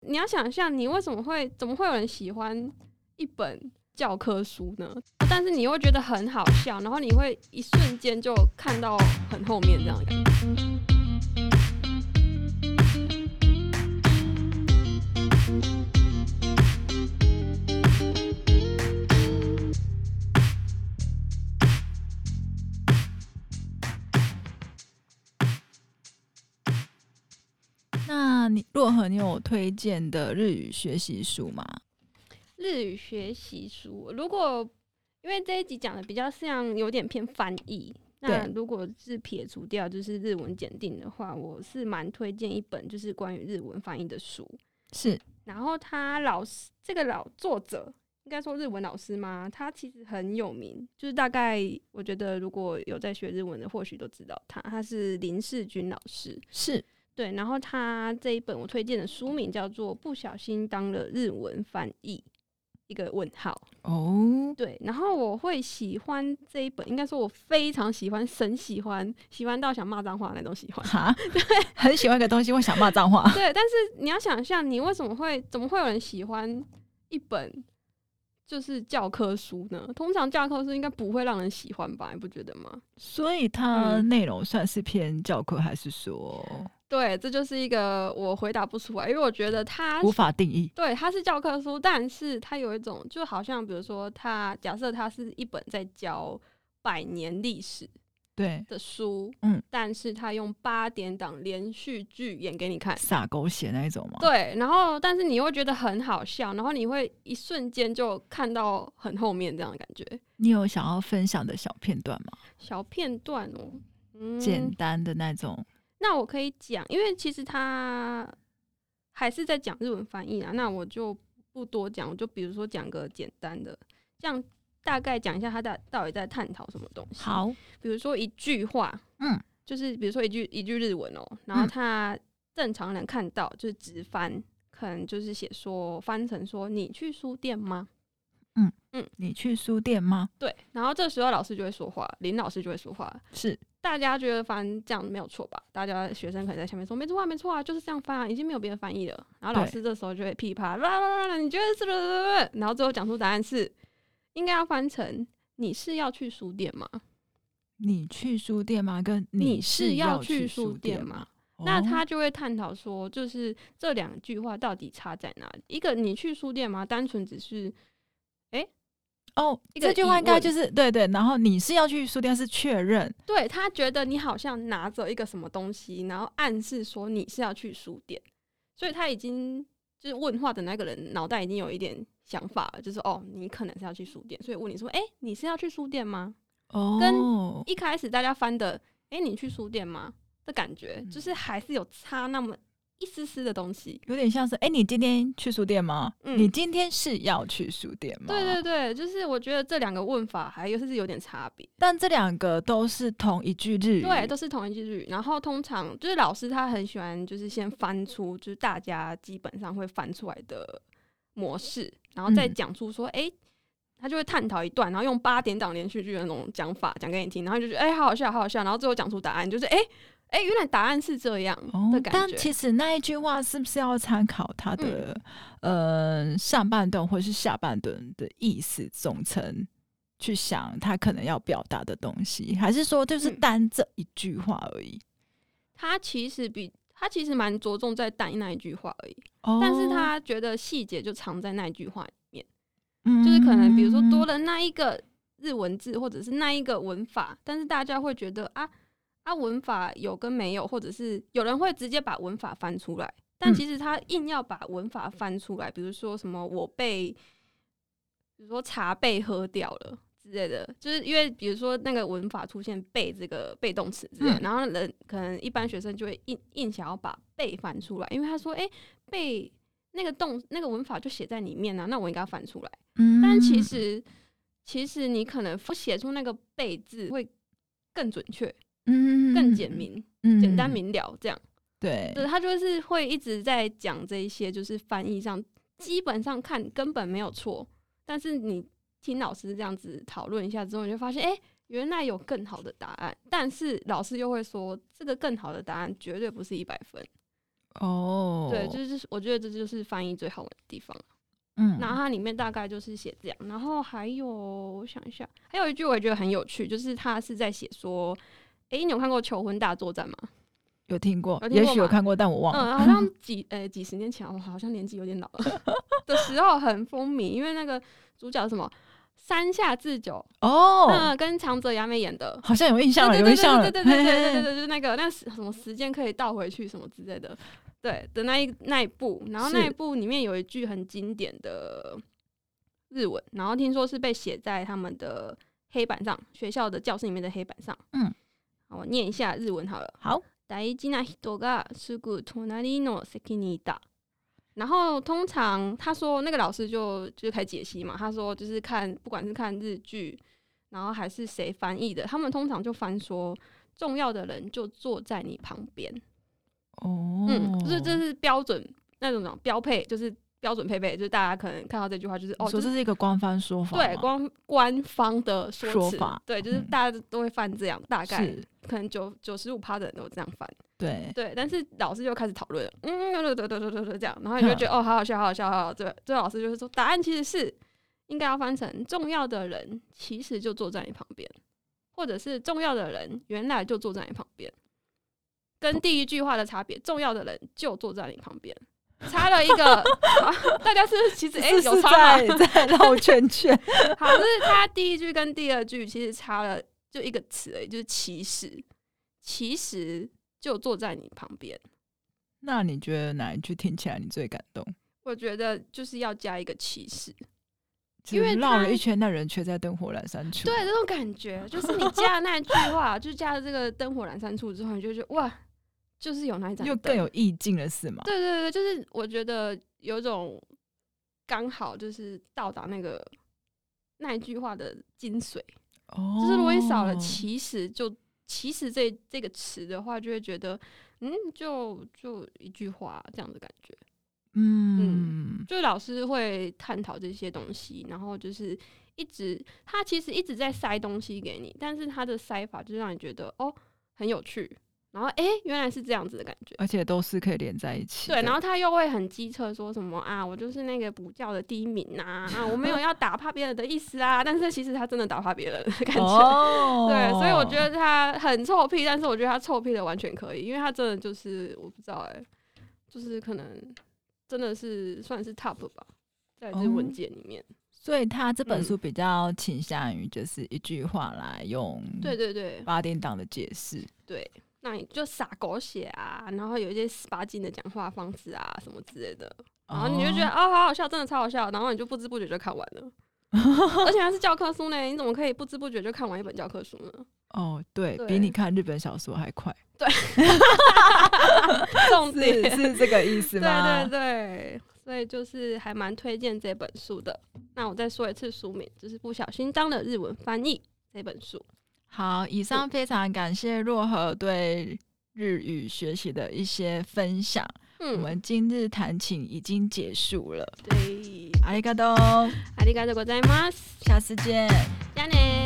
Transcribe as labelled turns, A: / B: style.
A: 你要想象你为什么会怎么会有人喜欢一本教科书呢？但是你会觉得很好笑，然后你会一瞬间就看到很后面这样的感觉。
B: 那你若何，你有推荐的日语学习书吗？
A: 日语学习书，如果因为这一集讲的比较像有点偏翻译，那
B: 对
A: 如果是撇除掉就是日文检定的话，我是蛮推荐一本就是关于日文翻译的书。
B: 是
A: 然后他老师这个老作者，应该说日文老师吗？他其实很有名，就是大概我觉得如果有在学日文的，或许都知道他。他是林世军老师，
B: 是，
A: 对。然后他这一本我推荐的书名叫做《不小心当了日文翻译》，一个问号。
B: 哦，
A: 对，然后我会喜欢这一本，应该说我非常喜欢，神喜欢，喜欢到想骂脏话那种喜欢。
B: 哈， 很喜欢一个东西，会想骂脏话。
A: 对，但是你要想象，你为什么会怎么会有人喜欢一本就是教科书呢？通常教科书应该不会让人喜欢吧？你不觉得吗？
B: 所以它
A: 嗯
B: 内容算是偏教科，还是说
A: 对，这就是一个我回答不出来，因为我觉得它
B: 无法定义？
A: 对它是教科书，但是它有一种就好像比如说它假设它是一本在教百年历史
B: 对，
A: 的书，
B: 嗯，
A: 但是它用八点档连续剧演给你看，
B: 撒狗血那一种吗？
A: 对，然后但是你会觉得很好笑，然后你会一瞬间就看到很后面这样的感觉。
B: 你有想要分享的小片段吗？
A: 小片段哦，嗯，
B: 简单的那种，
A: 那我可以讲，因为其实他还是在讲日文翻译啊，那我就不多讲，我就比如说讲个简单的，这样大概讲一下他大到底在探讨什么东西。，
B: 好，
A: 比如说一句话，
B: 嗯，
A: 就是比如说一句一句日文哦、然后
B: 嗯
A: 他正常人看到就是直翻，可能就是写说翻成说你去书店吗？
B: 你去书店吗？
A: 对，然后这时候老师就会说话，林老师就会说话，
B: 是，
A: 大家觉得翻这样没有错吧？大家学生可能在下面说没错啊，没错啊，就是这样翻啊，已经没有别的翻译了。然后老
B: 对
A: 师这时候就会噼啪啦啦啦啦，你觉得是不是？然后最后讲出答案是应该要翻成你是要去书店吗？
B: 你去书店吗？跟
A: 你
B: 是
A: 要
B: 去
A: 书
B: 店
A: 吗？？
B: 哦
A: 那他就会探讨说，就是这两句话到底差在哪里？一个你去书店吗？单纯只是
B: 哦，
A: 一个
B: 这句
A: 疑
B: 话应该
A: 问
B: 就是对对，然后你是要去书店是确认，
A: 对他觉得你好像拿着一个什么东西，然后暗示说你是要去书店，所以他已经就是问话的那个人脑袋已经有一点想法了，就是哦，你可能是要去书店，所以问你说，哎、你是要去书店吗？
B: 哦，
A: 一开始大家翻的，哎、你去书店吗？的感觉
B: 嗯
A: 就是还是有差那么一丝丝的东西。
B: 有点像是哎、你今天去书店吗？
A: 嗯
B: 你今天是要去书店吗？
A: 对对对，就是我觉得这两个问法还有是有点差别。
B: 但这两个都是同一句日语，
A: 对，都是同一句日语。然后通常就是老师他很喜欢，就是先翻出，就是大家基本上会翻出来的模式，然后再
B: 嗯
A: 讲出说，哎、他就会探讨一段，然后用八点档连续剧的那种讲法讲给你听，然后就觉得哎、诶好好笑，好好笑，然后最后讲出答案，就是哎哎、诶原来答案是这样
B: 哦
A: 的，感
B: 但
A: 觉。
B: 其实那一句话是不是要参考它的、
A: 嗯
B: 呃上半段或是下半段的意思总成去想他可能要表达的东西，还是说就是
A: 嗯
B: 单这一句话而已？
A: 他其实比他其实蛮着重在单一那一句话而已，
B: 哦
A: 但是他觉得细节就藏在那一句话里面。
B: 嗯
A: 就是可能比如说多
B: 了
A: 了那一个日文字，或者是那一个文法，但是大家会觉得啊啊文法有跟没有，或者是有人会直接把文法翻出来，但
B: 嗯
A: 其实他硬要把文法翻出来，比如说什么我被，比如说茶被喝掉了。之类的，就是因为比如说那个文法出现“被”这个被动词之类的，
B: 嗯
A: 然后人可能一般学生就会硬硬想要把“被”翻出来，因为他说：“哎、被那个动那个文法就写在里面啊，那我应该要翻出来。”
B: 嗯
A: 但其实，其实你可能不写出那个“备”字会更准确、
B: 嗯
A: 更简、明、
B: 嗯
A: 简单，明了。这样，
B: 对
A: 对他就是会一直在讲这一些，就是翻译上基本上看根本没有错，但是你听老师这样子讨论一下之后，你就发现，哎、原来有更好的答案，但是老师又会说，这个更好的答案绝对不是一百分，
B: 哦，
A: 对，就是我觉得这就是翻译最好玩的地方。
B: 嗯
A: 然后它里面大概就是写这样，然后还有我想一下，还有一句我也觉得很有趣，就是他是在写说，诶，你有看过《求婚大作战》吗？
B: 有听过，
A: 有听
B: 也
A: 过
B: 许有
A: 吗
B: 看过，但我忘了。
A: 嗯，好像几呃、几十年前，我好像年纪有点老了的时候很风靡，因为那个主角是什么山下智久，
B: 哦，
A: 嗯，跟长泽雅美演的。
B: 好像有印象了，
A: 对
B: 有
A: 对
B: 印象了。
A: 对对对对对对对
B: 嘿嘿
A: 对，就是那个那时什么时间可以倒回去什么之类的，对的那一那一部，然后
B: 是
A: 那一部里面有一句很经典的日文，然后听说是被写在他们的黑板上，学校的教室里面的黑板上。
B: 嗯，
A: 好，我念一下日文好了。
B: 好，
A: 大事な人がすぐ隣の席にいた。然后通常他说那个老师就就开始解析嘛，他说就是看不管是看日剧，然后还是谁翻译的，他们通常就翻说重要的人就坐在你旁边，
B: 哦，
A: 嗯，就是这是标准那种标配，就是标准配备，就是大家可能看到这句话就是哦，
B: 你说
A: 就
B: 这
A: 是
B: 是一个官方说法吗，
A: 对官官方的说
B: 说
A: 辞
B: 法
A: 对，就是
B: 嗯
A: 大家都会翻这样，大概
B: 是
A: 可能九九十五趴的人都这样翻。
B: 对，
A: 对，但是老师就开始讨论了，嗯，对对对对对对，这样，然后你就觉得哦，好好笑，好好笑，好好笑。对，最后老师就是说，答案其实是应该要翻成重要的人其实就坐在你旁边，或者是重要的人原来就坐在你旁边，跟第一句话的差别，重要的人就坐在你旁边，差了一个，啊大家是不是其实哎、
B: 是
A: 有
B: 是
A: 差
B: 在
A: 吗？
B: 在绕圈圈。
A: 好，就是他第一句跟第二句其实差了就一个词而已，就是其实，其实就坐在你旁边。
B: 那你觉得哪一句听起来你最感动？
A: 我觉得就是要加一个歧视，
B: 就
A: 因
B: 是
A: 为
B: 绕了
A: 它
B: 一圈，那人却在灯火阑珊处。
A: 对这种感觉，就是你加了那句话，就是加了这个灯火阑珊处之后，你就觉得哇，就是有那一盏
B: 又
A: 灯，
B: 更有意境了，是吗？
A: 对对对，就是我觉得有种刚好就是到达那个那一句话的精髓，
B: 哦，
A: 就是如果你少了“其实”就“其实这”这个词的话，就会觉得嗯，就就一句话这样的感觉。
B: 嗯，
A: 就是老师会探讨这些东西，然后就是一直他其实一直在塞东西给你，但是他的塞法就是让你觉得哦很有趣，然后诶，原来是这样子的感觉。
B: 而且都是可以连在一起的。
A: 对，然后他又会很机车说什么啊，我就是那个补教的第一名啊，啊，我没有要打怕别人的意思啊，但是其实他真的打怕别人的感觉。
B: 哦，
A: 对，所以我觉得他很臭屁，但是我觉得他臭屁的完全可以，因为他真的就是我不知道哎、就是可能真的是算是 top 吧，在这文
B: 哦
A: 件里面。
B: 所以他这本
A: 嗯
B: 书比较倾向于就是一句话来用
A: 对对对
B: 八点档的解释。
A: 对，那你就撒狗血啊，然后有一些十八禁的讲话方式啊什么之类的，然后你就觉得
B: 哦
A: 啊、好好笑，真的超好笑，然后你就不知不觉就看完了。 而且还是教科书呢，你怎么可以不知不觉就看完一本教科 书呢？
B: 哦，对
A: 对
B: 比你看日本小说还快，
A: 重
B: 是
A: 点
B: 是这 个意思吗？
A: 对对对，所以就是还蛮推荐这本书的。那我再说一次书名，就是《不小心当了日文翻译》这本书。
B: 好，以上非常感谢若何对日语学习的一些分享。我
A: 嗯，
B: 们今日谈情已经结束了，
A: 对，
B: 阿里嘎多，
A: ありがとうございます。
B: 下次见。
A: じゃあね